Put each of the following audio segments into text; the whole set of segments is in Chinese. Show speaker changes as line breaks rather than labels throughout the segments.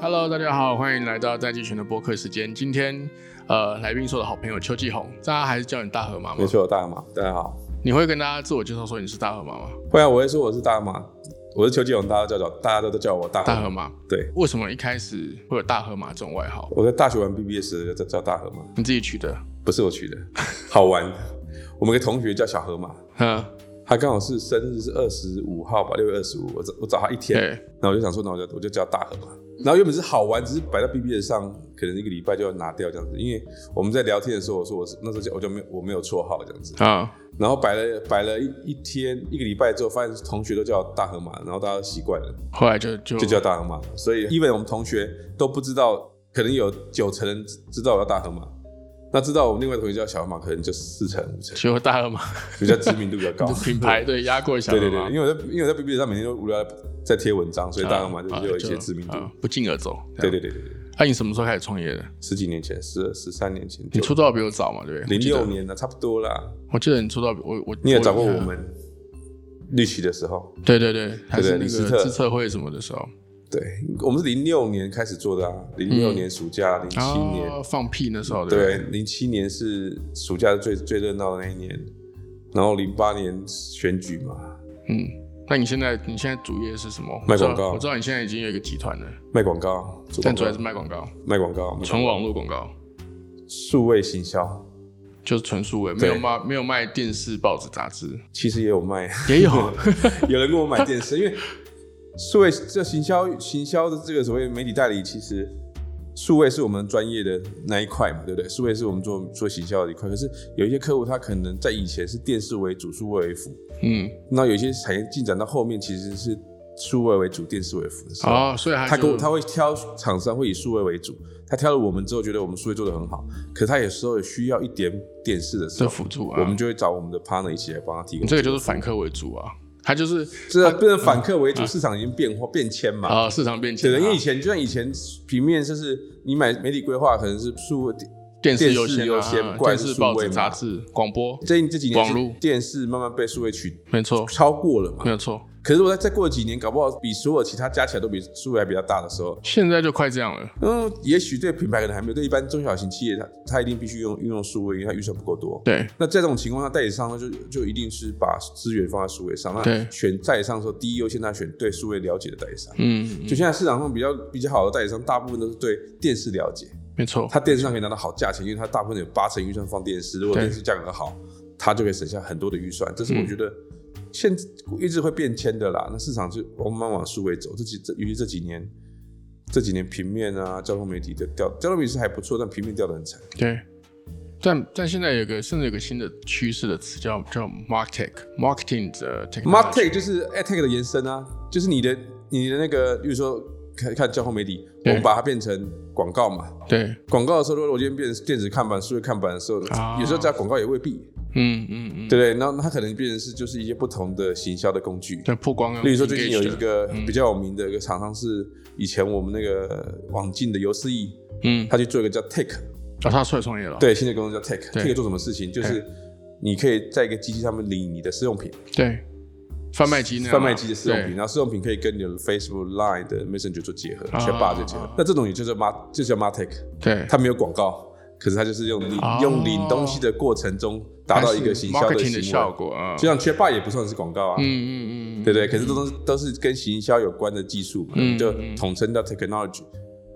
Hello，大家好，欢迎来到在地群的播客时间。今天呃，来宾是我的好朋友邱继红，大家还是叫你大河马吗
没？错，大马，大家好。
你会跟大家自我介绍说你是大河马吗？
会啊啊，我会说我是大马，我是邱继勇，大家叫叫，大家都叫我大
大
河
河
马。
马
对，
为什么一开始会有大河马这种外号？
我在大学玩 BBS 时就叫叫大河马，
你自己取的？
不是我取的， 好玩。我们有个同学叫小河马，
嗯，
他刚好是生日是二十五号吧，六月二十五，我找我找他一天，
对，
然后我就想说，那我就我就叫大河马。然后原本是好玩，只是摆到 BBS 上，可能一个礼拜就要拿掉这样子。因为我们在聊天的时候，我说我是那时候就我就没有我没有绰号这样子。
啊、
然后摆了摆了一一天一个礼拜之后，发现同学都叫大河马，然后大家都习惯了。
后来就就
就叫大河马。所以，even 我们同学都不知道，可能有九成人知知道我叫大河马。那知道我们另外同学叫小河马，可能就四成五成，
结果大河马。
比较知名度比较高
品牌对压过小河
对
马，
对对，因为我在因为我在 B B 上每天都无聊地在贴文章，所以大河马就
啊
是有一些知名度。
啊不胫而走。
对对对对对，
那、你什么时候开始创业的？
十几年前，十十三年前，
你出道比我早嘛，对不对？
零六年了，差不多啦。
我记得，我记得你出道比我我
你也找过我？们绿旗的时候，
对对对，还是那
李斯
个
特
自测会什么的时候，
对我们是零六年开始做的啊，零六年暑假，零七年
嗯哦放屁那时候对不
对，零七年是暑假最最热闹的那一年，然后零八年选举嘛，
嗯，那你现在你现在主业是什么？
卖
我知道
广告
我知道你现在已经有一个集团了，
卖广告，做
但
广
主
告
要是卖广告，
卖广告，卖
纯网络广告，
数位行销，
就是纯数位，没
对
有卖没有卖电视、报纸、杂志，
其 实也有卖，
也有
有人跟我买电视，因为数位这行销行销的这个所谓媒体代理，其实数位是我们专业的那一块嘛，对不对？数位是我们做做行销的一块，可是有一些客户他可能在以前是电视为主，数位为辅，
嗯，
那有些产业进展到后面其实是数位为主，电视为辅的时候。
哦，所以他
他跟
就
我他会挑厂商会以数位为主，他挑了我们之后觉得我们数位做的很好，可他有时候也需要一点电视的时
这
候，
辅助啊，
我们就会找我们的 partner 一起来帮他提
你
供。
这个就是反客为主啊，他就是
这变成反客为主，市场已经变化变迁嘛。
啊、市场啊变
对
迁
的，因为以
啊，
前就像以前平面就是你买媒体规划可能是数位，
电视
电
优
视
先啊、
优先不管
电
是
视、
数
报
位
纸、
嘛
杂志、广播，
这这几
网络
年电视慢慢被数位取
没错，
超过了嘛
没。有错，
可是我再再过几年，搞不好比所有其他加起来都比数位还比较大的时候，
现在就快这样了。
嗯，也许对品牌可能还没有，对一般中小型企业它，它一定必须用运用数位，因为它预算不够多。
对，
那在这种情况下，代理商呢就就一定是把资源放在数位上。
对
那选代理商的时候，第一优先他选对数位了解的代理商。
嗯，
就现在市场上比较比较好的代理商，大部分都是对电视了解，
没错，
他电视上可以拿到好价钱，因为他大部分有八成预算放电视，如果
对
电视价格好，他就可以省下很多的预算。这
嗯
是我觉得现一直会变迁的啦。那市场就慢慢往数位走，这几这尤其这几年，这几年平面啊、交通媒体的掉，交通媒体是还不错，但平面掉的很惨。
对。但但现在有个甚至有个新的趋势的词叫叫 marktech，marketing 的 t e c h
Mark Tech 就是 a d Tech 的延伸啊，就是你的你的那个，比如说看看交通媒体，我
对
们把它变成广告嘛。
对，
广告的时候，如果我今天变成电子看板、数位看板的时候，
啊
有时候加广告也未必，
嗯嗯嗯，
对不对？那那它可能变成是就是一些不同的行销的工具。
对，嗯曝光跟
例如说，最近有
engage
一
的，
个比较有名的一个厂商是以前我们那个网进的游思义，
嗯，
他去做一个叫 Take，
啊，他出来创业了，
对，新的公司叫 Take。
对
Take 做什么事情？就是你可以在一个机器上面领你的试用品，
对，贩卖机那样啊
贩
嘛
卖机的试用品，
对
然后试用品可以跟你的 Facebook、Line 的 Messenger 做结合，
啊
全把这结合。那这种也就是 Mar 就叫 Martech，
对，
它没有广告，可是它就是用领
哦
用领东西的过程中达到一个行销
marketing 的
行
效
为。
果啊，
就像缺霸也不算是广告啊，
嗯嗯嗯，
对不对？可是这都是都是跟行销有关的技术嘛，我
嗯
们就统称叫 technology，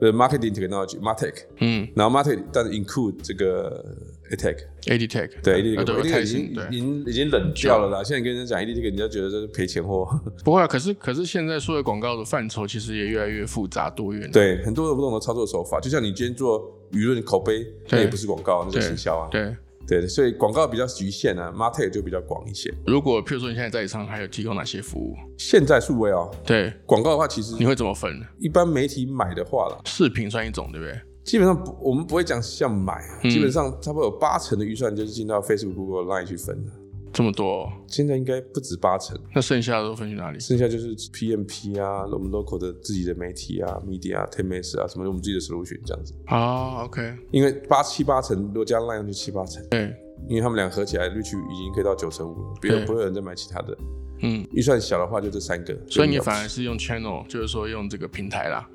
呃，marketing technology martech，
嗯
然后 martech 但是 include 这个 a t e c
，AD Tech，
对 a t
啊
e c
对
a t
太
e c
新
已经
对
已经已经冷掉了啦。现在跟人家讲 a t e c 你就觉得这是赔钱货，
不会啊，可是可是现在数位广告的范畴其实也越来越复杂多元，
对，很多不同的操作手法，就像你今天做舆论口碑，那
对
也不是广告，那叫行销啊。
对。
对，所以广告比较局限啊，martech 就比较广一些。
如果譬如说你现在代理商还有提供哪些服务？
现在数位哦，
对，
广告的话，其实
你会怎么分？
一般媒体买的话啦，
视频算一种，对不对？
基本上不，我们不会讲像买啊，
嗯
基本上差不多有八成的预算就是进到 Facebook、Google、Line 去分的。
这么多哦、
现在应该不止八成，
那剩下的都分去哪里？
剩下就是 PMP 啊，我们 local 的自己的媒体啊、media 啊、TMS 啊，什么我们自己的 solution 这样子。
啊，OK，
因为八七八成，如果加 Line 就七八成，
对，
因为他们俩合起来 reach 已经可以到九成五了，别
对
人不会有人再买其他的。
嗯，
预算小的话就这三个，啊
所以你
就了不
反
起
而是用 channel，就是说用这个平台啦，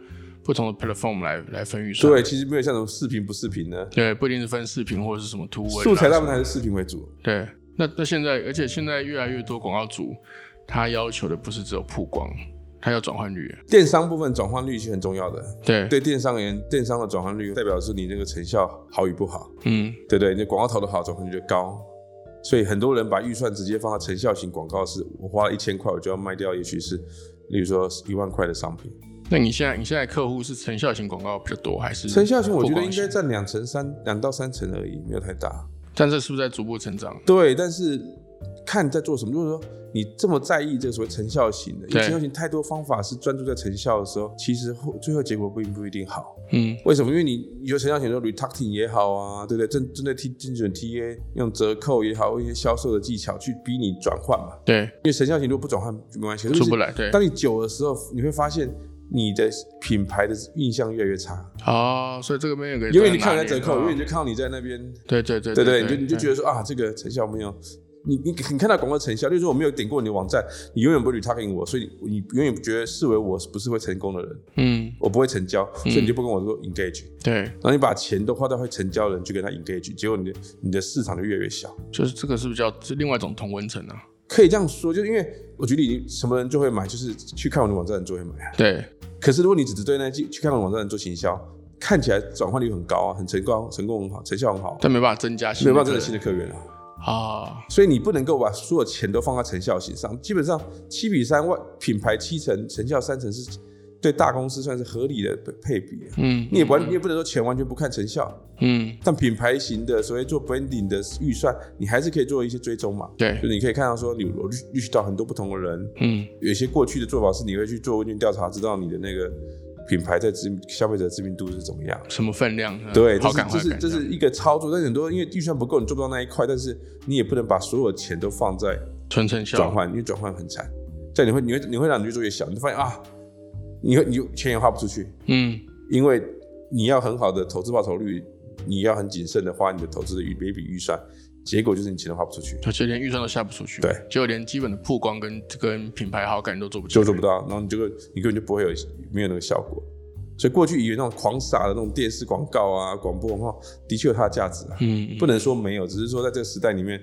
不同的 platform 来来分预算。
对，其实没有像什么视频不视频呢，
对，不一定是分视频或者是什么图文啊
素材大
什
部
么
分还是视频为主。
对，那那现在，而且现在越来越多广告主，他要求的不是只有曝光，他要转换率。
电商部分转换率是很重要的，
对，
对电商而言，电商的转换率代表是你这个成效好与不好，
嗯，
对不对？你广告投的好，转换率就高。所以很多人把预算直接放到成效型广告，是我花了一千块，我就要卖掉，也许是，例如说一万块的商品。
那你现在你现在客户是成效型广告比较多，还是
成效型我觉
曝嗯
得
光
应该占两成三，两到三成而已，没有太大。
但这是不是在逐步成长？
对，但是看你在做什么。如果说你这么在意这个所谓成效型的，因
对
为成效型太多方法是专注在成效的时候，其实后最后结果并不一定好。
嗯，
为什么？因为你有成效型的时候 retargeting 也好啊，对不对？针针对 T 精准 TA 用折扣也好，用一些销售的技巧去逼你转换嘛。
对，
因为成效型如果不转换就没关系，
出
可
不
是
来，对，
当你久的时候，你会发现你的品牌的印象越来越差，
哦，所以这个没有个
因为你看人家折扣，因为你
就
就看到你在那边
对对对
对对，
对，
你就你就觉
得
得说啊，这个成效没有，你你你看到广告成效，例如说我没有点过你的网站，你永远不会 retargeting 我，所以你你永远觉得视为我是不是会成功的人，
嗯，
我不会成交，所以你就不跟我说 engage，、
对，
然后你把钱都花到会成交的人去跟他 engage，结果你的你的市场就越来越小。
就是这个是不是叫是另外一种同温层啊？
可以这样说，就是因为我举例，什么人就会买，就是去看我的网站的人就会买啊。
对，
可是如果你只是对那些去看我的网站的人做行销，看起来转换率很高啊，很成功，成功很好，成效很好，
但没办法增加新
没
的客
有办法
人，
真的新的客源啊。
啊，
所以你不能够把所有钱都放在成效型上。基本上七比三，外品牌七成，成效三成是对大公司算是合理的配比、啊。
嗯，
你也完，你也不能说钱完全不看成效，
嗯，
但品牌型的所谓做 branding 的预算，你还是可以做一些追踪嘛。
对
就，是你可以看到说，你我遇遇到很多不同的人，
嗯，
有一些过去的做法是你会去做问卷调查，知道你的那个品牌在知消费者知名度是怎么样。
什么分量？嗯
对，
好感
这
坏
是
感，
这是这是一个操作，但是很多因为预算不够，你做不到那一块，但是你也不能把所有钱都放在
纯成效
转换，因为转换很惨，这样你会你会你会让你越做越小，你就发现啊，你会你就钱也花不出去，
嗯，
因为你要很好的投资报酬率，你要很谨慎的花你的投资的预每一笔预算，结果就是你钱都花不出去，
而且连预算都下不出去，
对，
结果连基本的曝光跟跟品牌好感都做不起来
就做不到，然后你这个你根本就不会有没有那个效果。所以过去以为那种狂撒的那种电视广告啊、广播广告，的确有它的价值啊，
嗯，
不能说没有，只是说在这个时代里面，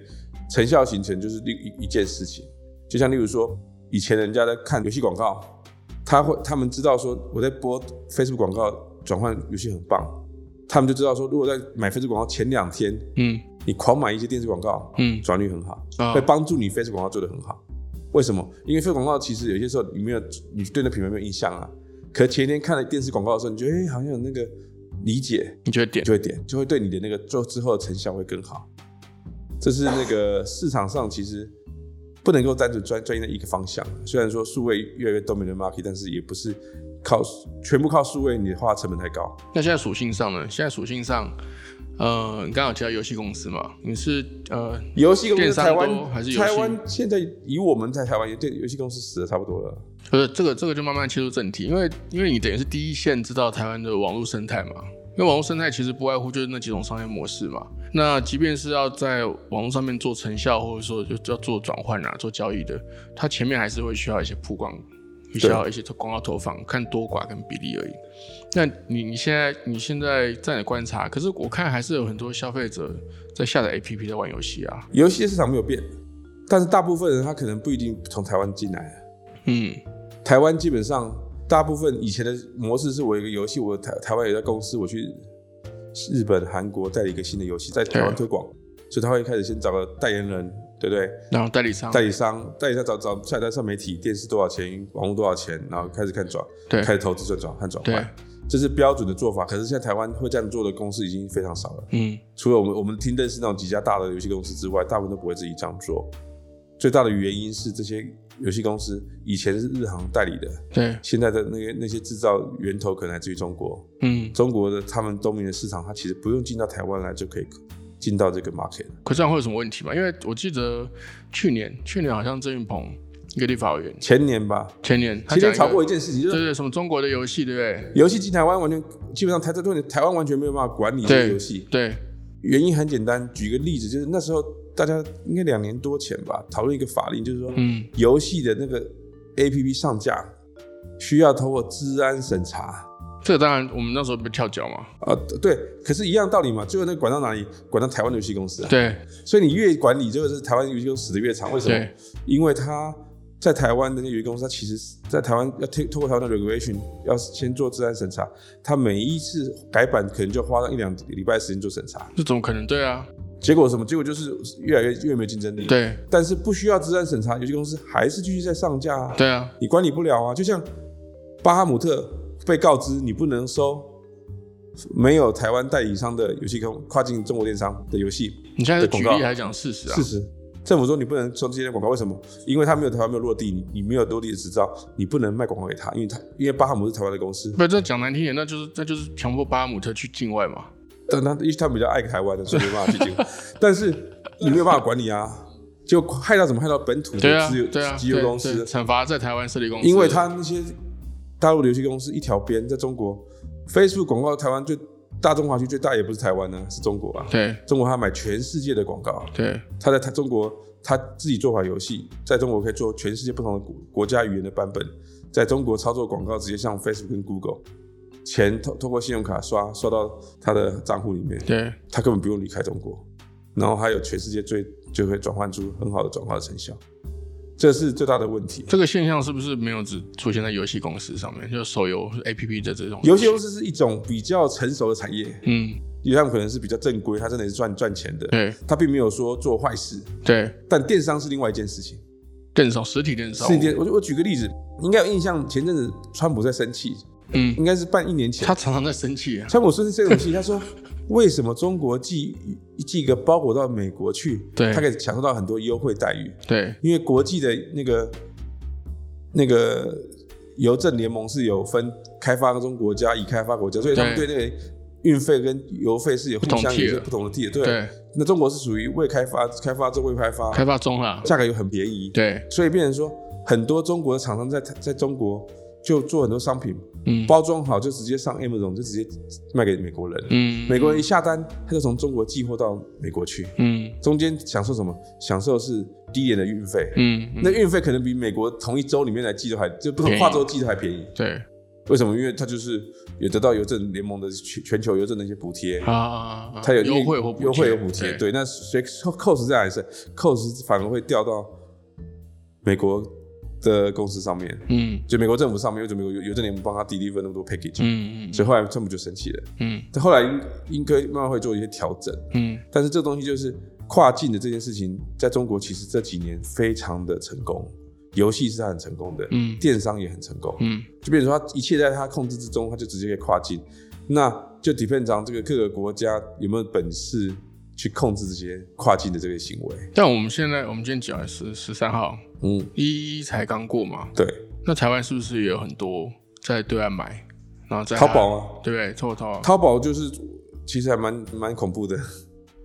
成效形成就是另一一件事情。就像例如说，以前人家在看游戏广告，他会他们知道说我在播 Facebook 广告转换游戏很棒，他们就知道说，如果在买 Facebook 广告前两天，
嗯
你狂买一些电视广告，
嗯
转换率很好，
啊
会帮助你 Facebook 广告做得很好。为什么？因为 Facebook 广告其实有些时候你没有，你对那品牌没有印象啊。可前一天看了电视广告的时候，你觉得哎、好像有那个理解，
你觉得点
就会点，就会对你的那个做之后的成效会更好。这是那个市场上其实不能够单纯专专一的一个方向。啊虽然说数位越来越 dominant market，但是也不是靠全部靠数位，你的话成本太高。
那现在属性上呢？现在属性上，呃，你刚刚有提到游戏公司嘛？你是呃，
游戏公司
电商
台
多
湾
还是游戏
台湾现在以我们在台湾对游戏公司死的差不多了。
不是这个这个就慢慢切入正题，因为因为你等于是第一线知道台湾的网络生态嘛。因为网络生态其实不外乎就是那几种商业模式嘛。那即便是要在网络上面做成效，或者说就要做转换啊、做交易的，它前面还是会需要一些曝光，需要一些广告投放，看多寡跟比例而已。那你你现在你现在在你观察，可是我看还是有很多消费者在下载 APP 在玩游戏啊。
游戏市场没有变，但是大部分人他可能不一定从台湾进来。啊
嗯，
台湾基本上大部分以前的模式是我有一个游戏，我台台湾有一家公司，我去日本、韩国带了一个新的游戏，在台湾推广，所以他会开始先找个代言人，对不对？
然后代理商
代理商，代理商找找下单上媒体，电视多少钱，网络多少钱，然后开始看转，
对
开始投资转转看转
对
换，这是标准的做法。可是现在台湾会这样做的公司已经非常少了。
嗯
除了我们我们听认识那种几家大的游戏公司之外，大部分都不会自己这样做。最大的原因是这些游戏公司以前是日航代理的，
对
现在的那个那些制造源头可能来自于中国，
嗯，
中国的他们东盟的市场，它其实不用进到台湾来就可以进到这个 market 了。
可这样会有什么问题吗？因为我记得去年，去年好像郑云鹏一个立法委员，
前年吧，
前年他
前
讲
年
一
炒过
个，
一件事情，就
对
是
对，什么中国的游戏，对不对？
游戏进台湾完全基本上台湾台湾完全没有办法管理这个
对
游戏，
对，
原因很简单，举个例子，就是那时候大家应该两年多前吧，讨论一个法令，就是说，
嗯，
游戏的那个 A P P 上架需要通过治安审查，
这个当然我们那时候被跳脚嘛，
啊、对，可是一样道理嘛，最后那管到哪里？管到台湾的游戏公司啊。
对
所以你越管理，就是台湾游戏公司死的越长。为什么
对？
因为他在台湾的那些游戏公司，它其实是在台湾要透透过台湾的 regulation，要先做治安审查，它每一次改版可能就花了一两礼拜时间做审查。
这怎么可能？对啊，
结果是什么？结果就是越来越越没有竞争力。，
对
但是不需要治安审查，游戏公司还是继续在上架啊。
对啊，
你管理不了啊。就像巴哈姆特被告知你不能收没有台湾代理商的游戏公跨境中国电商的游戏，
你现在是举
广
例
告
还是讲事实啊
事？实。政府说你不能收这些广告，为什么？因为他没有台湾没有落地，你你没有落地的执照，你不能卖广告给他，因为他因为巴哈姆是台湾的公司，
不，这讲难听点，那就是那就是强迫巴哈姆特去境外嘛。
但他因为他们比较爱台湾的，所以没办法去 进。但是你没有办法管理啊，就害到怎么害到本土
对啊
的自由，
对啊，
机油
对
公司
对，惩罚在台湾设立公司，
因为他那些大陆的游戏公司一条边在中国，Facebook 广告台湾最大中华区最大也不是台湾呢、是中国啊。
对
中国他买全世界的广告，
对
他在他中国他自己做法游戏，在中国可以做全世界不同的国国家语言的版本，在中国操作广告直接向 Facebook 跟 Google，钱透透过信用卡刷刷到他的账户里面，
对，
他根本不用离开中国，然后还有全世界最就会转换出很好的转化的成效，这是最大的问题。
这个现象是不是没有只出现在游戏公司上面，就是手游 A P P 的这种
游戏公司是一种比较成熟的产业，
嗯，
因为他们可能是比较正规，他真的是赚赚钱的，
对
他并没有说做坏事。
对，
但电商是另外一件事情，
电商实体电商
是，一件我就我举个例子，你应该有印象，前阵子川普在生气，
嗯，
应该是半一年前，
他常常在生气啊，
川普生这种气，他说为什么中国寄寄一个包裹到美国去，
对
他可以享受到很多优惠待遇，
对
因为国际的那个那个邮政联盟是有分开发中国家、已开发国家，所以他们
对
对那个运费跟邮费是有互
不同
相有
tier
些不同的地。对，
对，
那中国是属于未开发、开发中未开发，
开发中啦，
价格又很便宜，
对，
所以变成说很多中国的厂商在在中国就做很多商品，
嗯
包装好就直接上 Amazon 就直接卖给美国人。
嗯，
美国人一下单，他就从中国寄货到美国去，
嗯
中间享受什么？享受是低廉的运费，
嗯嗯，
那运费可能比美国同一州里面来寄都还，就不同
便宜
跨州寄都还便宜。
对
为什么？因为它就是有得到邮政联盟的全全球邮政的一些补贴，
啊，
它有
优惠或补
优惠有补贴。
对
对，那所以扣扣实在还是扣实反而会掉到美国的公司上面，
嗯
就美国政府上面，或者美国邮邮政联盟帮他 deliver 那么多 package，、
嗯嗯
所以后来川普就生气了。
嗯
但后来应应该慢慢会做一些调整，
嗯，
但是这东西就是跨境的这件事情，在中国其实这几年非常的成功，游戏是它很成功的，
嗯
电商也很成功，
嗯
就变成说它一切在它控制之中，它就直接可以跨境。那就 depend 上这个各个国家有没有本事去控制这些跨境的这个行为。
但我们现在我们今天九月十十三号
嗯，
一一才刚过嘛，
对，
那台湾是不是也有很多在对岸买，然后在
淘宝啊，
对不对？淘宝淘宝，
淘宝就是其实还蛮蛮恐怖的。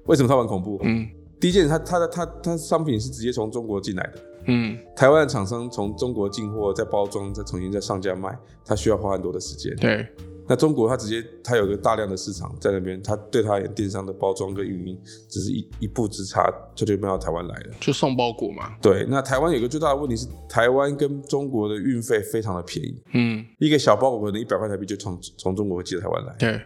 为什么它蛮恐怖？
嗯
第一件事，它它的它它商品是直接从中国进来的，
嗯，
台湾的厂商从中国进货，再包装，再重新再上架卖，它需要花很多的时间。
对
那中国它直接它有个大量的市场在那边，它对它有电商的包装跟运营只是一一步之差，它就卖到台湾来了。
就送包裹嘛，
对，那台湾有个最大的问题是，台湾跟中国的运费非常的便宜，
嗯
一个小包裹可能一百块台币就从从中国寄到台湾来，
对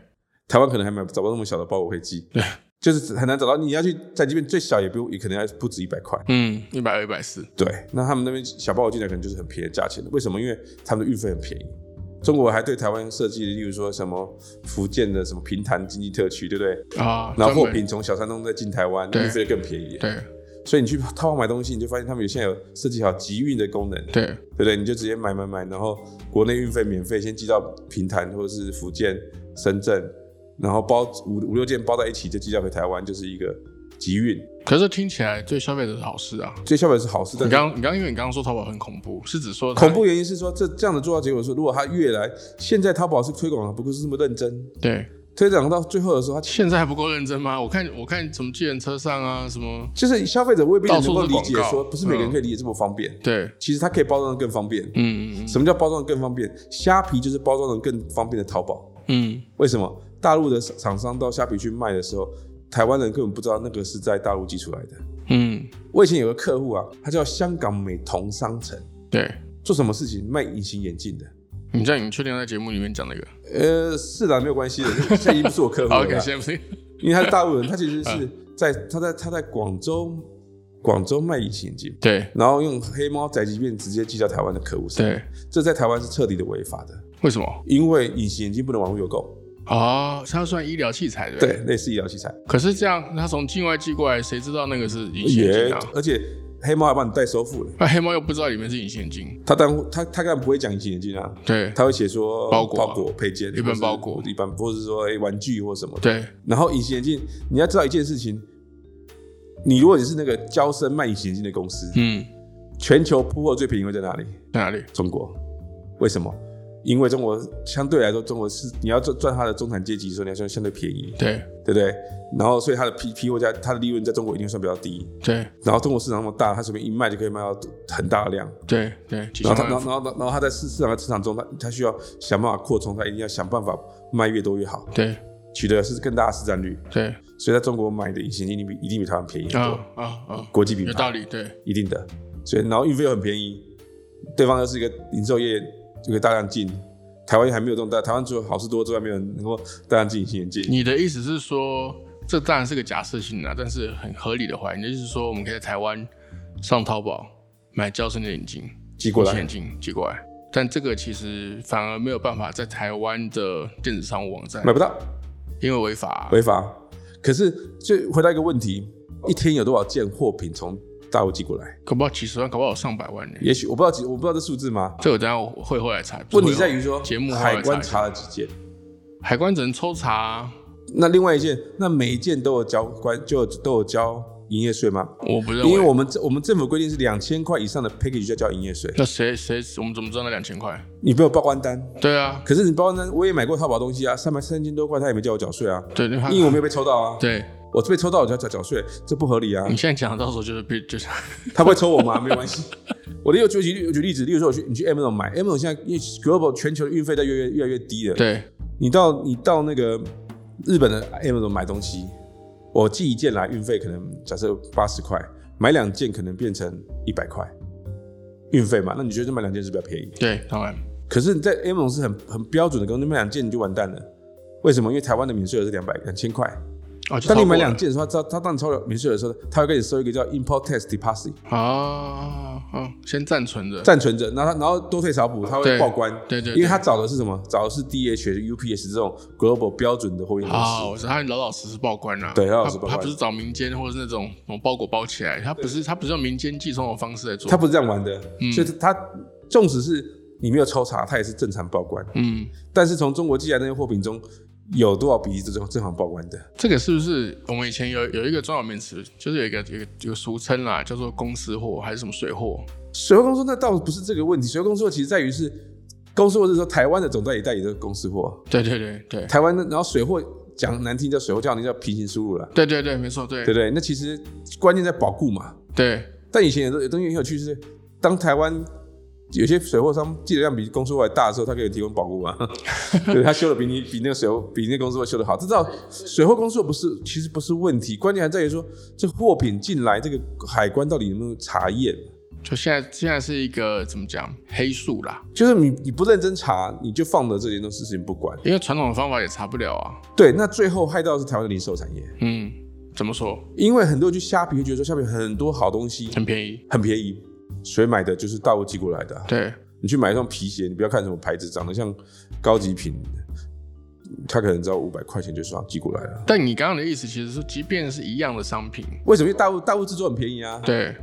台湾可能还买不找不到那么小的包裹可以寄，
对，
就是很难找到。你要去在这边最小也不用，也可能要不止一百块。
嗯，一百二一百四，
对，那他们那边小包裹进来可能就是很便宜的价钱的，为什么？因为他们的运费很便宜。中国还对台湾设计，例如说什么福建的什么平潭经济特区，对不对？
啊，
然后货
专门
品从小山东再进台湾，
对
运费更便宜。
对
所以你去淘宝买东西，你就发现他们有现在有设计好集运的功能，
对
对不对？你就直接买买买，然后国内运费免费，先寄到平潭或者是福建、深圳，然后包五五六件包在一起就寄到回台湾，就是一个集运。
可是听起来对消费者是好事啊。
这消费是好事，但
你
是
刚你刚因为你刚刚说淘宝很恐怖，是指说它
恐？怖原因是说，这这样的做到结果是，如果他越来现在淘宝是推广的不过是这么认真，
对，
推广到最后的时候，他
现在还不够认真吗？我看我看什么计程车上啊，什么
就是消费者未必
到
能
处
够
是
理
广
解
告
说，不是每个人
嗯
可以理解这么方便。
对，
其实它可以包装的更方便。
嗯嗯
什么叫包装得更方便？虾皮就是包装的更方便的淘宝。
嗯
为什么大陆的厂商到虾皮去卖的时候，台湾人根本不知道那个是在大陆寄出来的？
嗯，
我以前有个客户啊，他叫香港美瞳商城，
对，
做什么事情？卖隐形眼镜的。
你这样，你确定要在节目里面讲那个
呃，是的，没有关 系的，这已经不是我客户了啦。
？OK，先不 嗯行。
因为他是大陆人，他其实是在他在他在广州广州卖隐形眼镜，
对
然后用黑猫宅急便直接寄到台湾的客户上，
对，
这在台湾是彻底的违法的，
为什么？
因为隐形眼镜不能网络邮购，
哦，它算医疗器材对不对
对，类似医疗器材，
可是这样，它从境外寄过来，谁知道那个是隐形眼
也
镜啊？
而且黑猫还帮你代收付了，
那黑猫又不知道里面是隐形眼镜，
他当他他根本不会讲隐形眼镜啊，
对
他会写说
包裹啊
包裹配件、
一般
或是
包裹
一般或者是说哎玩具或什么的。
对
然后隐形眼镜，你要知道一件事情，你如果你是那个娇生卖隐形眼镜的公司，
嗯，
全球铺货最便宜会在哪里？
在哪里？
中国。为什么？因为中国相对来说，中国是你要赚赚它的中产阶级的时候，你要算相对便宜，
对
对不对？然后所以它的批批货价，它的利润在中国一定算比较低。
对
然后中国市场那么大，它随便一卖就可以卖到很大的量。
对对，几
然
千
后它，然
万啊
后，然后，然后它在市市场的市场中，它它需要想办法扩充，它一定要想办法卖越多越好，
对
取得是更大的市占率。
对
所以在中国买的隐形眼镜一定比一定比台湾便宜很多，
啊啊啊，
国际品
有
牌
道理，对
一定的。所以然后运费又很便宜，对方又是一个零售业，就可以大量进。台湾还没有这种大，台湾除了好事多之外，没有人能够大量进隐形眼镜。
你的意思是说，这当然是个假设性的啊，但是很合理的怀疑。你的意思是说，我们可以在台湾上淘宝买娇生的眼镜，
寄过来
隐形眼镜寄过来，但这个其实反而没有办法在台湾的电子商务网站
买，不到，
因为违法啊、
违法。可是就回答一个问题：一天有多少件货品从大陆寄过来？
搞不好几十万，搞不好有上百万呢。
也许我不知道几，我不知道这数字吗？
这我等一下我会后来查。
问题在于说，
节目后来
海关
一下
查了几件，
海关只能抽查啊，
那另外一件，那每一件都有交关，就有都有交营业税吗？
我不认为。
因为我们我们政府规定是两千块以上的 package 就要交营业税，
那谁谁我们怎么知道那两千块？
你没有报关单，
对啊，
可是你报关单，我也买过淘宝东西啊，三百三千多块，他也没叫我 缴税啊，
对，因
因为我没有被抽到啊，
对
我被抽到我就要缴缴税，这不合理啊
你，现在讲的到时候就是被 就是
他不会抽我 吗？没有关系。我的又举举举例子，例如说我去你去 Amazon 买，Amazon 现在因为 global 全球的运费在越越越来越低了，
对
你到你到那个日本的 Amazon 买东西，我寄一件来，运费可能假设八十块，买两件可能变成一百块，运费嘛，那你觉得买两件是比较便宜？
对，当然
可是你在 Amazon 是很很标准的工作，你买两件你就完蛋了。为什么？因为台湾的免税额是两百两千块，
哦，就
当你
超过
买
了
两件的时候，他他当你超了免税额的时候，他会给你收一个叫 import tax deposit
啊啊，先暂存着，
暂存着，然后他然后多退少补，他会
对
报关。
对对对
因为他找的是什么？找的是 DH、UPS 这种 global 标准的货运公司。
啊，我知道他老老实实报关了、
对老老实实
他
报
他
关
不是找民间或者是那种什么包裹包起来，他不是他不是用民间寄送的方式来做，
他不是这样玩的，所以他纵使是你没有抽查，他也是正常报关。
嗯，
但是从中国寄来那些货品中，有多少比例是正正常报关的？
这个是不是我们以前有有一个专有名词，就是有一个有一个有个俗称啦，叫做公司货还是什么水货？
水货公司那倒不是这个问题，水货公司其实在于是公司货是说台湾的总代理代理的公司货，
对对对对
台湾的然后水货讲难听叫水货，叫你叫平行输入了，
对对对，没错，对
对不对？那其实关键在保固嘛。
对
但以前有的有东西很有趣是，当台湾有些水货商寄的量比公司货还大的时候，他可以提供保护啊， 对，他修的比你比那个水货比那个公司货修的好。这知道水货公司货不是其实不是问题，关键还在于说这货品进来这个海关到底有没有查验，
就现在现在是一个怎么讲黑数啦，
就是你你不认真查，你就放着这件东西事情不管。
因为传统的方法也查不了啊。
对，那最后害到的是台湾的零售产业，
嗯，怎么说？
因为很多人去虾皮会觉得说虾皮很多好东西
很便宜。
很便宜，谁买的就是大陆寄过来的啊、
对
你去买一双皮鞋，你不要看什么牌子，长得像高级品，他可能只要五百块钱就算寄过来了。
但你刚刚的意思其实是，即便是一样的商品，
为什么？因为大陆大陆制作很便宜啊。，
对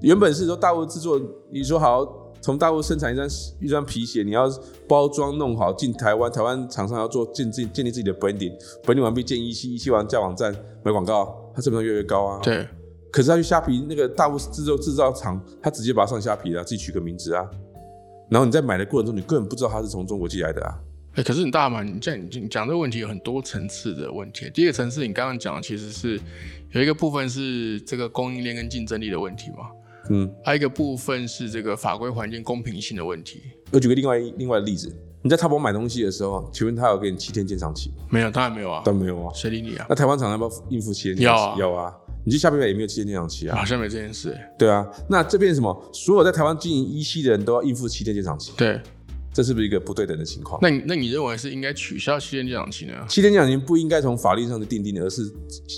原本是说大陆制作，你说好从大陆生产一双一双皮鞋，你要包装弄好进台湾，台湾厂商要做建自建立自己的 branding，branding 完毕建一期一期完再网站买广告，它成本越来越高啊。，
对
可是他去虾皮那个大陆制作制造厂，他直接把它上虾皮了、自己取个名字啊。然后你在买的过程中，你根本不知道它是从中国寄来的啊。
哎、可是你大马，你这样你你讲这个问题有很多层次的问题。第一个层次，你刚刚讲的其实是有一个部分是这个供应链跟竞争力的问题嘛，
嗯，
还有一个部分是这个法规环境公平性的问题。
我举个另外一另外的例子，你在淘宝买东西的时候，啊请问他有给你七天鉴赏期吗？
没有，当然没有啊，
但没有啊。
谁理你啊？
那台湾厂商要不要应付七天鉴赏期？
要
要啊。你去下面买也没有七天鉴赏期啊？
好像没这件事、欸
对啊。那这边是什么？所有在台湾经营一期的人都要应付七天鉴赏期，
对
这是不是一个不对等的情况？
那你那你认为是应该取消期间鉴赏期呢？
七天奖金不应该从法律上的定定，而是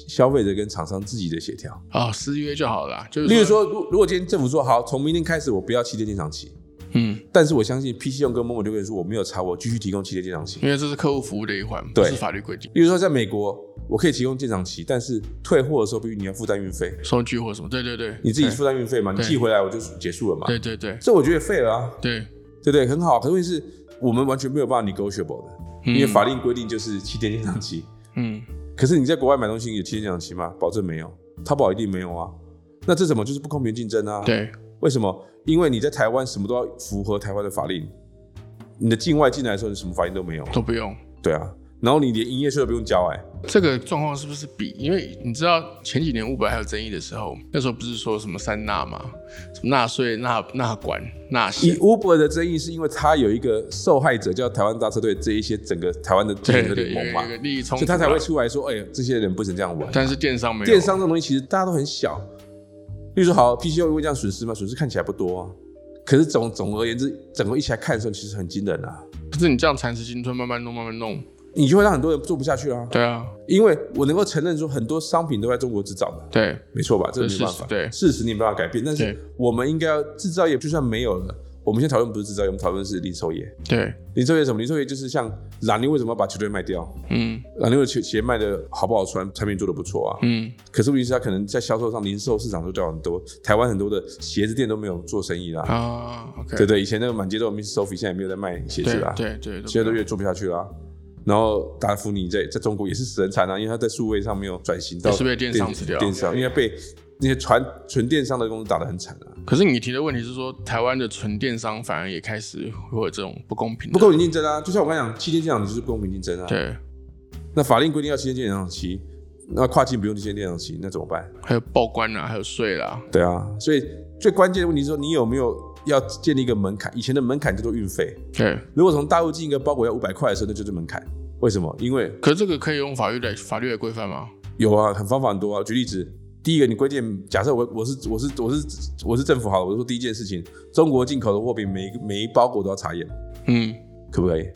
消费者跟厂商自己的协调。
啊、私约就好了啦，就是
例如说，如如果今天政府说好，从明天开始我不要七天鉴赏期，
嗯，
但是我相信 PC 用跟某某留言说我没有查，我继续提供七天鉴赏期。
因为这是客户服务的一环，不
对
是法律规定，
例如说，在美国，我可以提供鉴赏期，但是退货的时候必须你要负担运费，
收据或什么，对对对，
你自己负担运费嘛，你
对
寄回来我就结束了嘛。
对，对对
这我觉得废了啊，
对
对不对？很好，可是问题是我们完全没有办法 negotiable 的，
对，
因为
嗯
法令规定就是七天鉴赏期。
嗯
可是你在国外买东西有七天鉴赏期吗？保证没有，淘宝一定没有啊。那这怎么就是不公平竞争啊？，
对
为什么？因为你在台湾什么都要符合台湾的法令，你的境外进来的时候你什么法令都没有，
都不用。
对啊，然后你连营业税都不用交、哎，
这个状况是不是比？因为你知道前几年五百还有争议的时候，那时候不是说什么三纳嘛，什么纳税、纳纳管、纳
以
险，
Uber 的争议是因为它有一个受害者叫台湾大车队这一些整个台湾的竞
对
争
对，
联
有
盟
一
嘛
个有，一个利益冲
所
突
以
啦，
他才会出来说，哎、呀，这些人不能这样玩。
但是电商没有
电商这种东西其实大家都很小，例如说好 PCO 会这样损失吗？损失看起来不多啊，可是总总而言之，整个一起来看的时候，其实很惊人啊。
可是你这样蚕食青春，慢慢弄，慢慢弄，
你就会让很多人做不下去啊，
对啊，
因为我能够承认说很多商品都在中国制造的，
对
没错吧？这个
这
没
是
办法，
对
事实你没办法改变。但
对
是我们应该要制造业，就算没有了，我们现在讨论不是制造业，我们讨论是零售业。
对，
零售业是什么？零售业就是像兰尼为什么要把球队卖掉？
嗯
兰尼的鞋鞋卖的好不好穿，产品做的不错啊。
嗯，
可是问题是，他可能在销售上，零售市场都掉很多，台湾很多的鞋子店都没有做生意啦。
啊，OK，
对对，以前那个满街都有 Miss Sophie，现在也没有在卖鞋子啦，
对对对，
现在都越做不下去啦。然后达芙妮在在中国也是死人惨啊，因为他在数位上没有转型到
也是被电商吃掉
电商因为被那些传纯电商的公司打得很惨啊。
可是你提的问题是说，台湾的纯电商反而也开始会有这种不公平的，
不公平竞争啊，就像我刚才讲，七天鉴赏期就是不公平竞争啊。
对，
那法令规定要七天鉴赏期，那跨境不用七天鉴赏期，那怎么办？
还有报关啦，还有税啦，
对啊，所以最关键的问题是说，你有没有要建立一个门槛？以前的门槛叫做运费，
对。
如果从大陆进一个包裹要五百块的时候，那就是门槛。为什么？因为
可是这个可以用法律来法律来规范吗？
有啊，很方法很多啊。举例子，第一个你规定，假设我我是我是我是我是政府好了，我就说第一件事情，中国进口的货品每一个每一包裹都要查验，
嗯，
可不可以？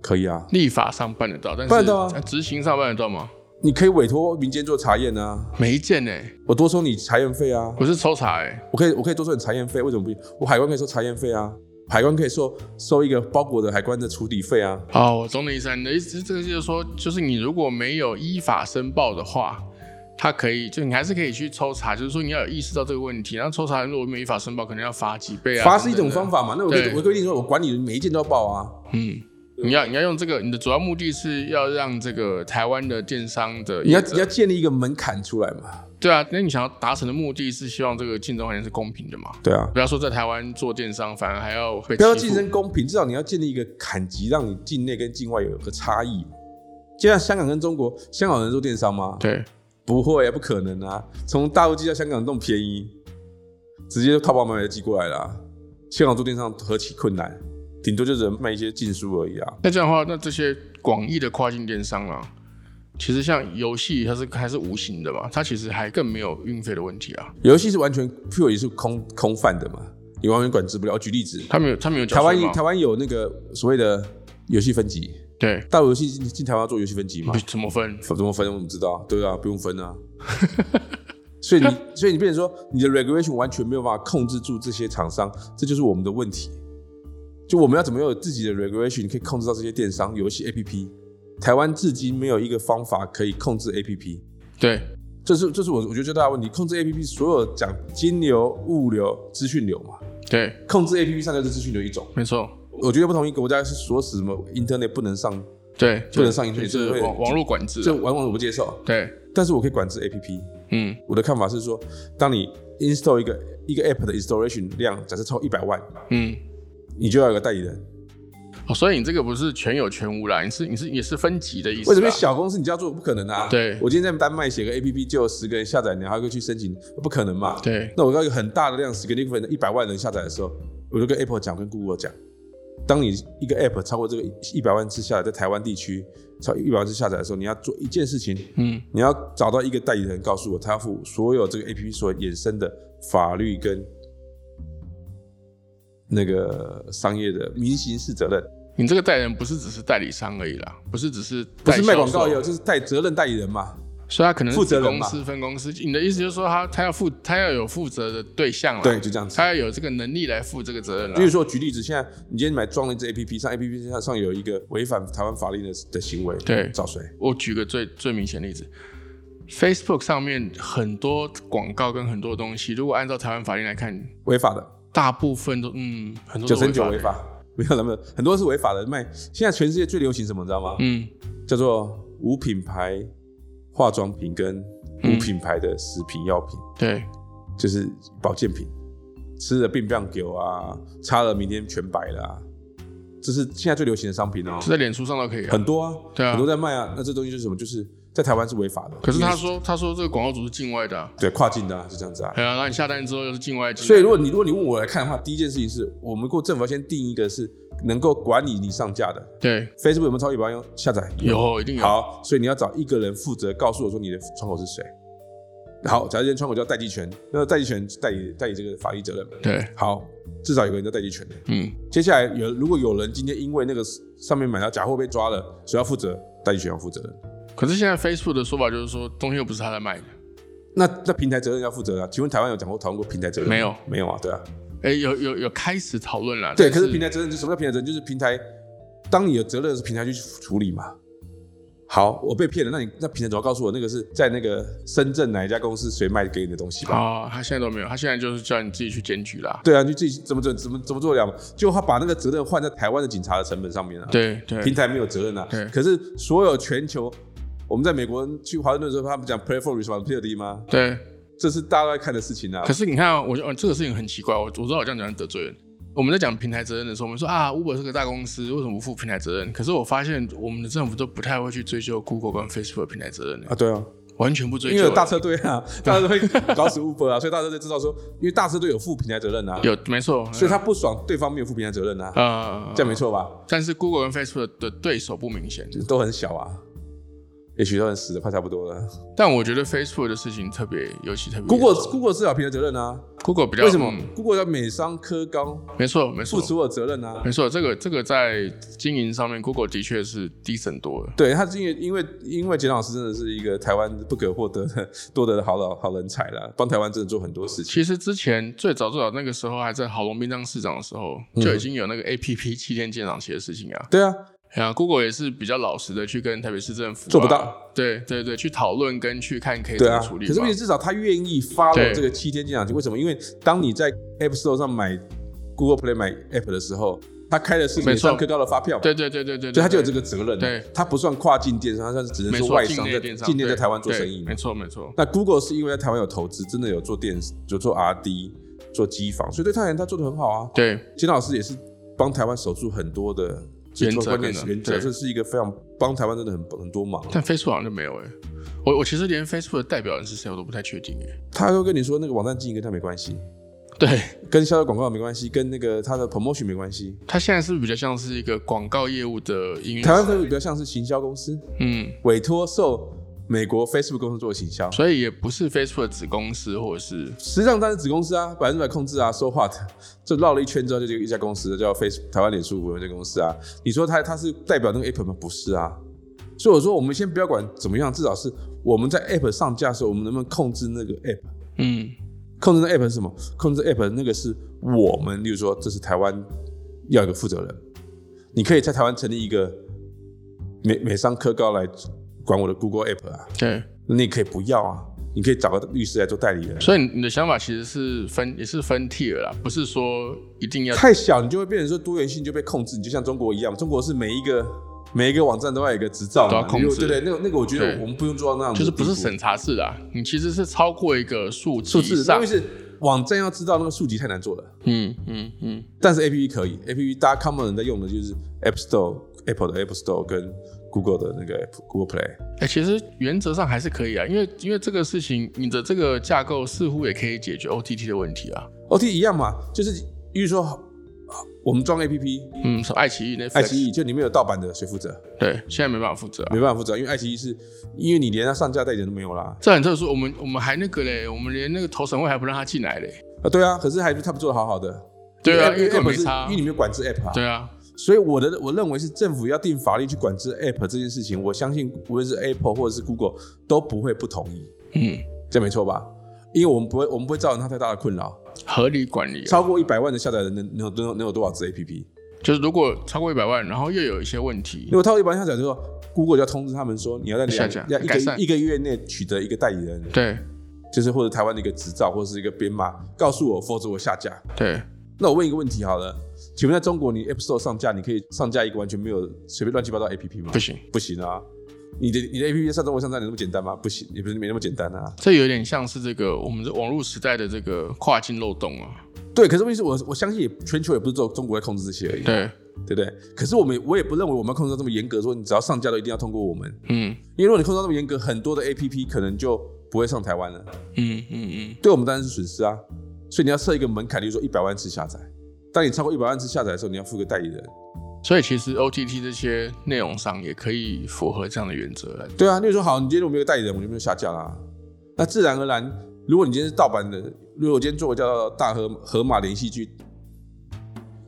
可以啊，
立法上办得到，但是
办得到啊
呃执行上办得到吗？
你可以委托民间做查验啊，
没见呢、
我多收你查验费啊，
我是抽查哎、
我可以我可以多收你查验费，为什么不行？我海关可以收查验费啊，海关可以收收一个包裹的海关的处理费啊，
哦，我懂你意思啊，你的意思这个就是说，就是你如果没有依法申报的话，他可以就你还是可以去抽查，就是说你要有意识到这个问题。然后抽查如果没有依法申报，可能要罚几倍啊。
罚是一种
等等
方
的，
法嘛。那我可以
对
我规定说，我管你每一件都要报啊。
嗯。你要你要用这个，你的主要目的是要让这个台湾的电商的
你要
业者
你要建立一个门槛出来嘛？
对啊，那你想要达成的目的是希望这个竞争环境是公平的嘛？
对啊，
不要说在台湾做电商，反而还要被
不要说
欺
竞
负
争公平，至少你要建立一个砍级，让你境内跟境外有个差异。就像香港跟中国，香港人做电商吗？
对，
不会啊，不可能啊！从大陆寄到香港那么便宜，直接就淘宝买买寄过来了啊、香港做电商何其困难，顶多就只能卖一些禁书而已啊。
那这样的话，那这些广义的跨境电商啊，其实像游戏它是还是无形的嘛，它其实还更没有运费的问题啊，
游戏是完全 pure 也是空空泛的嘛，你完全管制不了。我举例子，
它没有它没有缴
台湾
税嘛
台湾有那个所谓的游戏分级，
对，
大陆游戏进进台湾要做游戏分级嘛
不？怎么分？
怎么分？我们知道，对啊，不用分啊。所以你，所以你变成说，你的 regulation 完全没有办法控制住这些厂商，这就是我们的问题。就我们要怎么有自己的 regulation 可以控制到这些电商游戏 APP？台湾至今没有一个方法可以控制 APP，
对
这是这是我我觉得最大的问题。控制 APP 所有讲金流、物流、资讯流嘛，
对，
控制 APP 上就是资讯流一种。
没错，
我觉得不同意国家是锁死什么 Internet 不能上，
对，
不能上瘾
就
对
是
这个会
网网络管制
这
啊，
完全我不接受。
对，
但是我可以管制 APP，
嗯，
我的看法是说，当你 install 一个一个 app 的 installation 量，假设超一百万，
嗯。
你就要有个代理人。
哦，所以你这个不是全有全无啦，你是你是也是分级的意思啦。啊
为什么小公司你就要做？不可能啊！
对
我今天在丹麦写个 app 就有十个人下载，你还要去申请，不可能嘛？
对，
那我要一个很大的量，十个 different 的一百万人下载的时候，我就跟 Apple 讲，跟 Google 讲，当你一个 app 超过这个一百万次下载，在台湾地区超一百万次下载的时候，你要做一件事情，
嗯，
你要找到一个代理人，告诉我他要负所有这个 A P P 所衍生的法律跟那个商业的民刑事责任，
你这个代理人不是只是代理商而已啦，不是只是
不
代
是卖
销
广
售
告也有，就是代责任代理人嘛。
所以他可能是
负责人
子公司分公司。你的意思就是说他他要负他要有负责的对象了，
对，，就这样子。
他要有这个能力来负这个责任了。
比如说举例子，现在你今天买装了一只 A P P 上，A P P 上上有一个违反台湾法律的的行为，
对
找谁？
我举个最最明显的例子，Facebook 上面很多广告跟很多东西，如果按照台湾法律来看，
违法的，
大部分都嗯很多
九
都
成九
违
违
的，
法， 没有那么很多是违法的卖。现在全世界最流行什么，你知道吗？
嗯
叫做无品牌化妆品跟
嗯
无品牌的食品药品，
对
就是保健品，吃了病变酒啊，擦了明天全白了、啊，这是现在最流行的商品哦、
是在脸书上都可以、啊。
很多啊，
对啊
很多在卖啊。那这东西就是什么？就是在台湾是违法的，
可是他说他说这个广告主是境外的、啊，
对跨境的、啊、就这样子啊。
对啊，然后你下单之后又是境外进来，
所以，如果你如果你问我来看的话，第一件事情是我们过政府要先定一个是能够管理你上架的
对
Facebook 有没有超级保用下载？
有一定有，
好，所以你要找一个人负责告诉我说你的窗口是谁。好，假如今天窗口叫代记权，那代记权代理代理这个法律责任。
对，
好，至少有个人叫代记权的。
嗯
接下来有如果有人今天因为那个上面买到假货被抓了，谁要负责？代记权要负责任。
可是现在 Facebook 的说法就是说，东西又不是他在卖的。
那那平台责任要负责啊？请问台湾有讲过讨论过平台责任吗？
没有
没有啊，对啊。
哎、有有有开始讨论了。
对，
但
可是平台责任就什么叫平台责任？就是平台，当你有责任的时候，平台去处理嘛。好，我被骗了，那你那平台总要告诉我那个是在那个深圳哪一家公司谁卖给你的东西吧？
啊、他现在都没有，他现在就是叫你自己去检举啦。
对啊，你自己怎么怎怎么怎么做得了嘛？就他把那个责任换在台湾的警察的成本上面啊。，
对
平
对
台没有责任啊
对。
可是所有全球，我们在美国去华盛顿的时候，他们讲 platform responsibility 吗？
对，
这是大家都在看的事情啊
可。是你看啊，我就、哦、这个事情很奇怪，我我知道我这样讲得罪人。我们在讲平台责任的时候，我们说啊，Uber 是个大公司，为什么不负平台责任？可是我发现我们的政府都不太会去追究 Google 跟 Facebook 的平台责任、
啊，
欸，
对啊，
完全不追
因
究
为
欸。
有大车队啊，大车队会搞死 Uber 啊，所以大车队知道说，因为大车队有负平台责任啊。
有没错，
所以他不爽对方没有负平台责任啊，
呃，
这样没错吧？
但是 Google 跟 Facebook 的对手不明显，
都很小啊，也许都很死的快差不多了。
但我觉得 Facebook 的事情特别，尤其特别
Google Google 是有平台责任啊，
Google 比较
为什么
嗯
Google 要美商科高
没错没错
负，所有责任啊？
没错，这个这个在经营上面，Google 的确是低很多的。
对他是因为因为因为简老师真的是一个台湾不可获得 的多得的好老好人才啦，帮台湾真的做很多事情。
其实之前最早最早那个时候还在郝龙斌当市长的时候，
嗯
就已经有那个 A P P 七天鉴赏期的事情啊。
对啊，
然后 Google 也是比较老实的去跟台北市政府、啊
做不到。
对对对，去讨论跟去看可以怎
对啊
么处，理
可是
嘛
问。题至少他愿意 follow
对
这个七天鉴赏期，为什么？因为当你在 App Store 上买 Google Play 买 App 的时候，他开的是
没
美
错
商科高的发票嘛，
对对对对对，
所以他就有这
个
个责任。
对，
他不算跨境电商，他算是只能
没
说
错，
外
境
商
内
在
电商
境内在
对
台湾做
对
生意嘛
没。错没错。
那 Google 是因为在台湾有投资，真的有做电，有做 RD，做机房，所以对他而言他做的很好啊。
对，
金老师也是帮台湾守住很多的
原则
关键
跟
原则，
对
这是一个非常帮台湾真的很很多忙啊。
但 Facebook 好像就没有哎、我我其实连 Facebook 的代表人是谁我都不太确定哎、
他都跟你说那个网站经营跟他没关系，
对，
跟销售广告没关系，跟那个他的 promotion 没关系。
它现在是不是比较像是一个广告业务的营运？
台湾可能比较像是行销公司，
嗯，
委托受美国 Facebook 公司做行销，
所以也不是 Facebook 的子公司，或者是
实际上它是子公司啊，百分之百控制啊，so what？就 绕了一圈之后，就一家公司叫 Face 台湾脸书股份有限公司啊。你说它它是代表那个 App 吗？不是啊。所以我说，我们先不要管怎么样，至少是我们在 App 上架的时候，我们能不能控制那个 App？
嗯，
控制那个 App 是什么？控制 App 那个是我们，例如说，这是台湾要有个负责人，你可以在台湾成立一个美美商科高来管我的 Google App 啊，
对。
那你也可以不要啊，你可以找个律师来做代理人。
所以你的想法其实是分也是分 tier 啦，不是说一定要
太小，你就会变成说多元性就被控制，你就像中国一样，中国是每一个每一个网站都要有一个执照嘛，
都要控制
你就对对，那个那个我觉得
对
我们不用做到那样子
就是
的地
不
步，
是审查制啦，你其实是超过一个数级
数字，
上
因为，是网站要知道那个数级太难做了，
嗯嗯嗯，
但是 A P P 可以，A P P 大家 common 人在用的就是 App Store、Apple 的 App Store 跟 Google 的那个 App- Google Play，
哎、其实原则上还是可以啊，因为因为这个事情，你的这个架构似乎也可以解决 OTT 的问题啊，
O T 哦一样嘛，就是比如说好我们装 A P P，
嗯，什么爱奇艺那
爱奇艺就里面有盗版的，谁负责？
对，现在没办法负责啊
没，办法负责，因为爱奇艺是因为你连它上架代理人都没有啦，
这很特殊，我们我们还那个嘞，我们连那个投审会还不让他进来嘞，
啊对啊，可是还是他们做的好好的。
对啊，因为
App-
根本没
app 是
差
因为，你没有管制 app 啊。
对啊，
所以我的我认为是政府要定法律去管制 app 这件事情，我相信无论是 Apple 或者是 Google 都不会不同意，
嗯，
这样没错吧？因为我们不会，我们不会造成它太大的困扰。
合理管理啊、
超过一百万的下载人能能有能有能有多少支 APP？
就是如果超过一百万，然后又有一些问题
如，果超过一百万下载之后，Google 就要通知他们说，你要在
下
两
架
要一
改
个
善
一个月内取得一个代理人，
对
就是或者台湾的一个执照或者是一个编码，告诉我，否则我下架。
对，
那我问一个问题好了，请问在中国你 App Store 上架，你可以上架一个完全没有随便乱七八糟的 APP 吗？
不行，
不行啊！你的你的 A P P 上中文上站有那么简单吗？不行，也不是没那么简单啊。
这有点像是这个我们的网络时代的这个跨境漏洞啊，
对，可是问题是我我相信也全球也不是只有中国在控制这些而已，
对，
对不对？可是我们我也不认为我们要控制到这么严格，说你只要上架都一定要通过我们，
嗯
因为如果你控制到这么严格，很多的 A P P 可能就不会上台湾了，
嗯嗯嗯，
对我们当然是损失啊。所以你要设一个门槛，例如说一百万次下载，当你超过一百万次下载的时候，你要付个代理人。
所以其实 OTT 这些内容商也可以符合这样的原则来，
对啊，例如说好，你今天如果没有代理人，我就没有下架啦。那自然而然，如果你今天是盗版的，如果我今天做个叫大河河马连续剧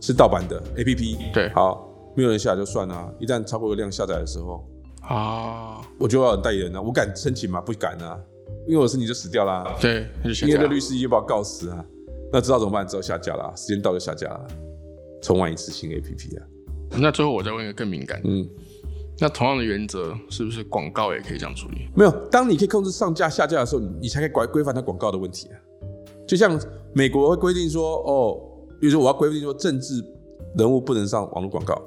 是盗版的 A P P，
对
好，没有人下载就算了、一旦超过量下载的时候，
啊，
我就要有代理人了、我敢申请吗？不敢啊，因为我申请就死掉啦，
对，那就下
因为
架
那，律师已经把我告死啊。那知道怎么办？只好下架啦，时间到就下架啦，重玩一次新 A P P 啊。
那最后我再问一个更敏感的，
嗯，
那同样的原则是不是广告也可以这样处理？
没有，当你可以控制上架、下架的时候，你你才可以规规范它广告的问题啊。就像美国会规定说，哦，比如说我要规定说政治人物不能上网络广告，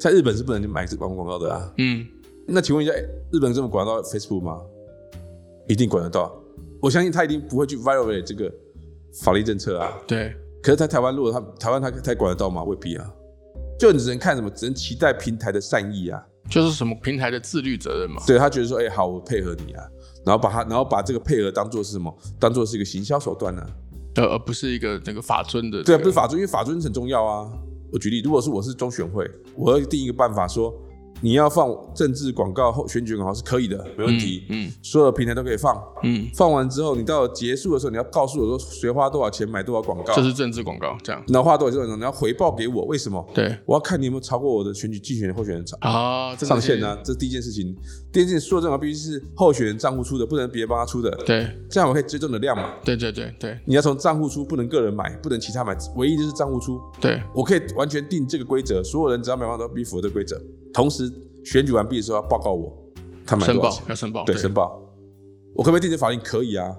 在日本是不能买网络广告的啊。
嗯，
那请问一下，诶日本政府管得到 Facebook 吗？一定管得到，啊我相信他一定不会去 violate 这个法律政策啊。
对，
可是，在台湾，如果他台湾他他管得到吗？未必啊。就你只能看什么，只能期待平台的善意啊。
就是什么平台的自律责任嘛，
对他觉得说，哎、好，我配合你啊，然后把他，然后把这个配合当做是什么？当做是一个行销手段呢、啊？
呃，而不是一个那个法尊的、
对
这
啊，
个
不是法尊，因为法尊很重要啊。我举例，如果是我是中选会，我要定一个办法说，你要放政治广告、后选举广告是可以的，没问题，
嗯
所有的平台都可以放。
嗯，
放完之后，你到结束的时候，你要告诉我说谁花多少钱买多少广告
这，是政治广告，这样
然后花多少钱，你要回报给我，为什么？
对
我要看你有没有超过我的选举竞选的候选人长。
啊，这个
上线
是
啊，这是第一件事情。第二件事情，说真的，必须是候选人账户出的，不能别人帮他出的。
对
这样我可以追踪你的量嘛。
对对对对
你要从账户出，不能个人买，不能其他买，唯一就是账户出。
对，
我可以完全定这个规则，所有人只要买完都必须符合这个规则。同时，选举完毕的时候要报告我，他买
申
多少
报
钱，
要申报，
对，申报。我可不可以定这法令？可以啊。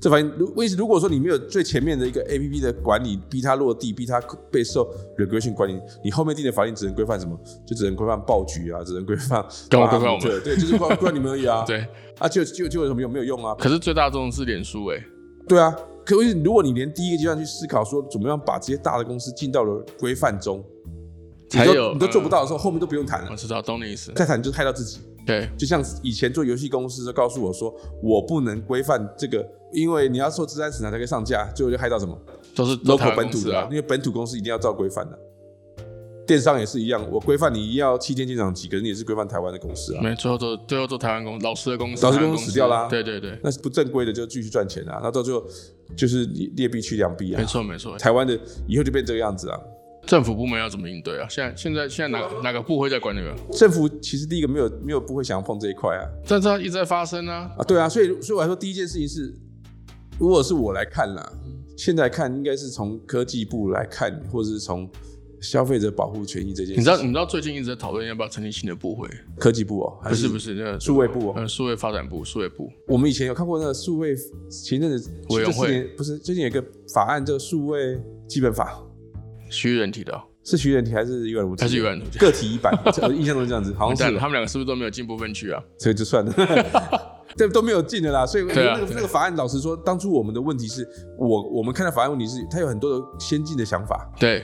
这法令如为如果说你没有最前面的一个 A P P 的管理，逼它落地，逼它备受 regulation 管理，你后面定的法令只能规范什么？就只能规范暴局啊，只能规范
干嘛规范我们
对对，就是规范规范你们而已啊。
对。
啊，就就就有什么用没有用啊？
可是最大众是脸书哎、
对啊，可是如果你连第一个阶段去思考说怎么样把这些大的公司进到了规范中，你
才
都
有
你都做不
嗯
到的时候，后面都不用谈了
我，知道，懂你意思。
再谈就害到自己。
对
就像以前做游戏公司就告诉我说，我不能规范这个，因为你要做自然审查才可以上架，最后就害到什么
都是都台
local
湾
本
公
土
司
的、
啊
因为本土公司一定要照规范的。电商也是一样，我规范你一定要七天进场期，可是你也是规范台湾的公司啊，
没，最后都最后都台湾公老师的公司，
老师
台湾
公司死掉啦
对对对，
那是不正规的就继续赚钱啊，那到最后就是劣币驱良币啊
没，错没错。
台湾的以后就变这个样子啊。
政府部门要怎么应对啊？现在现在现在哪哪个部会在管这个？
政府其实第一个没有没有不会想要碰这一块啊
但是它一直在发生啊。
啊，对啊，所以所以我来说第一件事情是，如果是我来看啦，现在看应该是从科技部来看，或者是从消费者保护权益这件事情。
你知道你知道最近一直在讨论要不要成立新的部会？
科技部哦、还
不是不
是
是那个
数位部哦、
呃数位发展部数位部，
我们以前有看过那个数位前阵子
委员会
这四年不是最近有一个法案叫《数位基本法
虚拟人体的哦，》，
是徐远题还是有人无？
还是有人体？
个体一版，我印象中是这样子，好像
但
是吧啊
他们两个是不是都没有进部分区啊？
所以就算了。 对，都没有进的啦，所以那
对啊
个、
对啊
那个法案，老实说，当初我们的问题是我我们看到法案问题是，它有很多的先进的想法。
对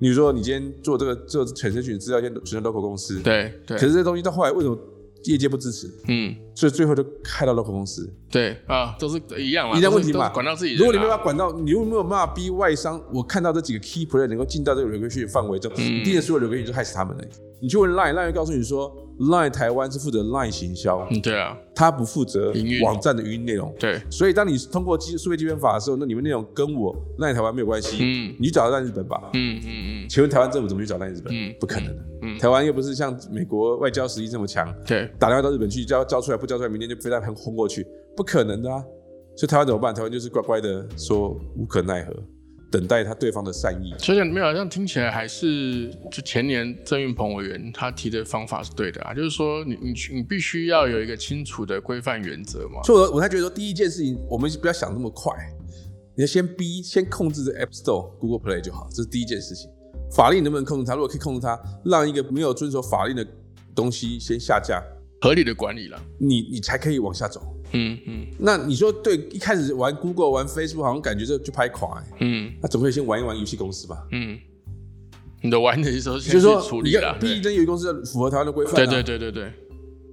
比如说，你今天做这个做全身群资料，先全身 local 公司，
对
可
对，
是这东西到后来为什么业界不支持？
嗯
所以最后就害到 local 公司。
对啊，都是一样嘛，
一样
都
问
是
题
都是
嘛
管到自己人啊。
如果你没有办法管到，你又没有办法逼外商，我看到这几个 key player 能够进到这个 regulation 范围中，
嗯
你定的所有 regulation 就害死他们了。你去问 Line，Line 会告诉你说，Line 台湾是负责 Line 行销，
嗯，对啊，
它不负责
营运
网站的营运内容。
对，
所以当你通过基数位基本法的时候，那你们内容跟我 Line 台湾没有关系，
嗯
你去找 Line 日本吧。
嗯嗯
请问台湾政府怎么去找 Line 日本？
嗯
不可能的。
嗯
台湾又不是像美国外交实力这么强，
嗯，对，
打电话到日本去叫叫出来，不叫出来，明天就飞弹轰轰过去，不可能的啊！所以台湾怎么办？台湾就是乖乖的说无可奈何，等待他对方的善意。
所以没有，好像听起来还是就前年郑运鹏委员他提的方法是对的啊，就是说你你你必须要有一个清楚的规范原则嘛。
所以我我才觉得说，第一件事情我们不要想那么快，你要先逼，先控制这 App Store、Google Play 就好，这是第一件事情。法令能不能控制它？如果可以控制它，让一个没有遵守法令的东西先下架，
合理的管理了。
你你才可以往下走。
嗯嗯
那你说对，一开始玩 Google、玩 Facebook 好像感觉这就拍垮、欸，
嗯
那总可以先玩一玩游戏公司吧？
嗯，你的玩的时候
就
先
是说
去处
你
理
要
了。
第一
对
间游戏公司要符合台湾的规范、啊，
对对对对对，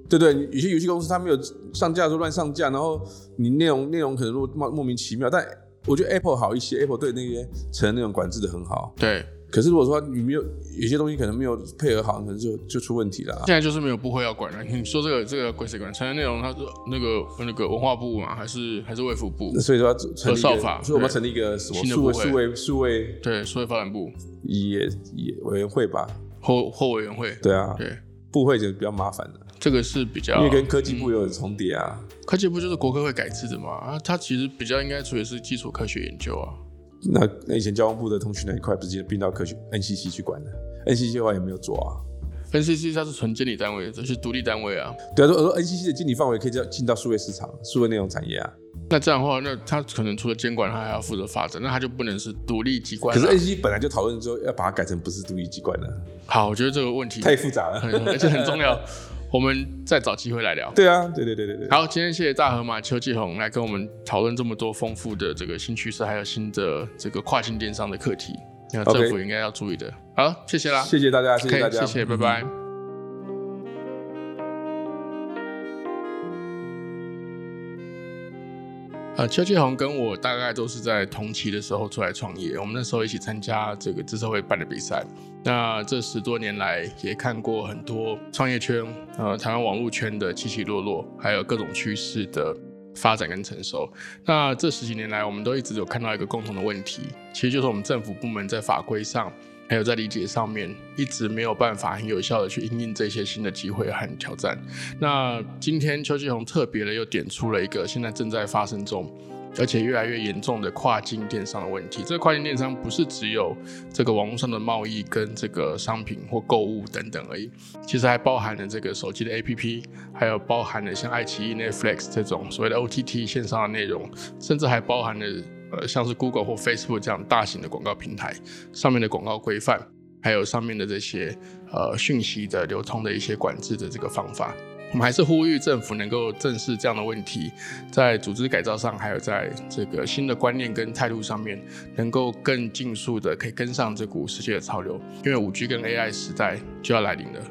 对对有些游戏公司它没有上架的时候乱上架，然后你内容内容可能莫莫莫名其妙，但我觉得 Apple 好一些，Apple 对那些成人内容管制的很好。
对，
可是如果说你没有有些东西可能没有配合好，可能就就出问题了啊、
现在就是没有部会要管了。你说这个这个归谁管？成人内容它是那个那个文化部嘛，还是还是卫福部
那？所以说要成立一
和少
个，
法
所以我们要
对
成立一个什么
新的
数位
部会
数位数位
对，社会发展部
也也委员会吧？
或或委员会。
对啊，
对，哦
部会就比较麻烦了，
这个是比较
因为跟科技部有重叠啊。
科技部就是国科会改制的嘛，啊，它其实比较应该处理是基础科学研究啊。
那那以前交通部的通讯那一块不是也并到科学 NCC 去管的？NCC 的话也没有做啊。
NCC 它是纯监理单位，这是独立单位啊。
对啊，说说 NCC 的经理范围可以叫进到数位市场、数位内容产业啊。
那这样的话，那它可能除了监管，它还要负责发展，那它就不能是独立机关
可
了。
是哎 NCC 本来就讨论说要把它改成不是独立机关了，
好，我觉得这个问题
太复杂了。
很而且很重要，我们再找机会来聊。
对啊，对对对对对。
好，今天谢谢大河马邱继红来跟我们讨论这么多丰富的这个新趋势，还有新的这个跨境电商的课题，那
OK
政府应该要注意的。好，谢谢啦，
谢谢大家，谢
可
谢
以
大家，
啊
嗯
谢谢，拜拜。呃，邱继红跟我大概都是在同期的时候出来创业，我们那时候一起参加这个资社会办的比赛。那这十多年来，也看过很多创业圈，呃，台湾网络圈的起起落落，还有各种趋势的发展跟成熟。那这十几年来，我们都一直有看到一个共同的问题，其实就是我们政府部门在法规上还有在理解上面，一直没有办法很有效的去应应这些新的机会和挑战。那今天邱继红特别的又点出了一个现在正在发生中。而且越来越严重的跨境电商的问题，这个跨境电商不是只有这个网络上的贸易跟这个商品或购物等等而已，其实还包含了这个手机的 APP，还有包含了像爱奇艺、Netflix 这种所谓的 OTT 线上的内容，甚至还包含了呃像是 Google 或 Facebook 这样大型的广告平台上面的广告规范，还有上面的这些呃讯息的流通的一些管制的这个方法。我们还是呼吁政府能够正视这样的问题，在组织改造上，还有在这个新的观念跟态度上面，能够更尽速的可以跟上这股世界的潮流。因为五 G 跟 AI 时代就要来临了，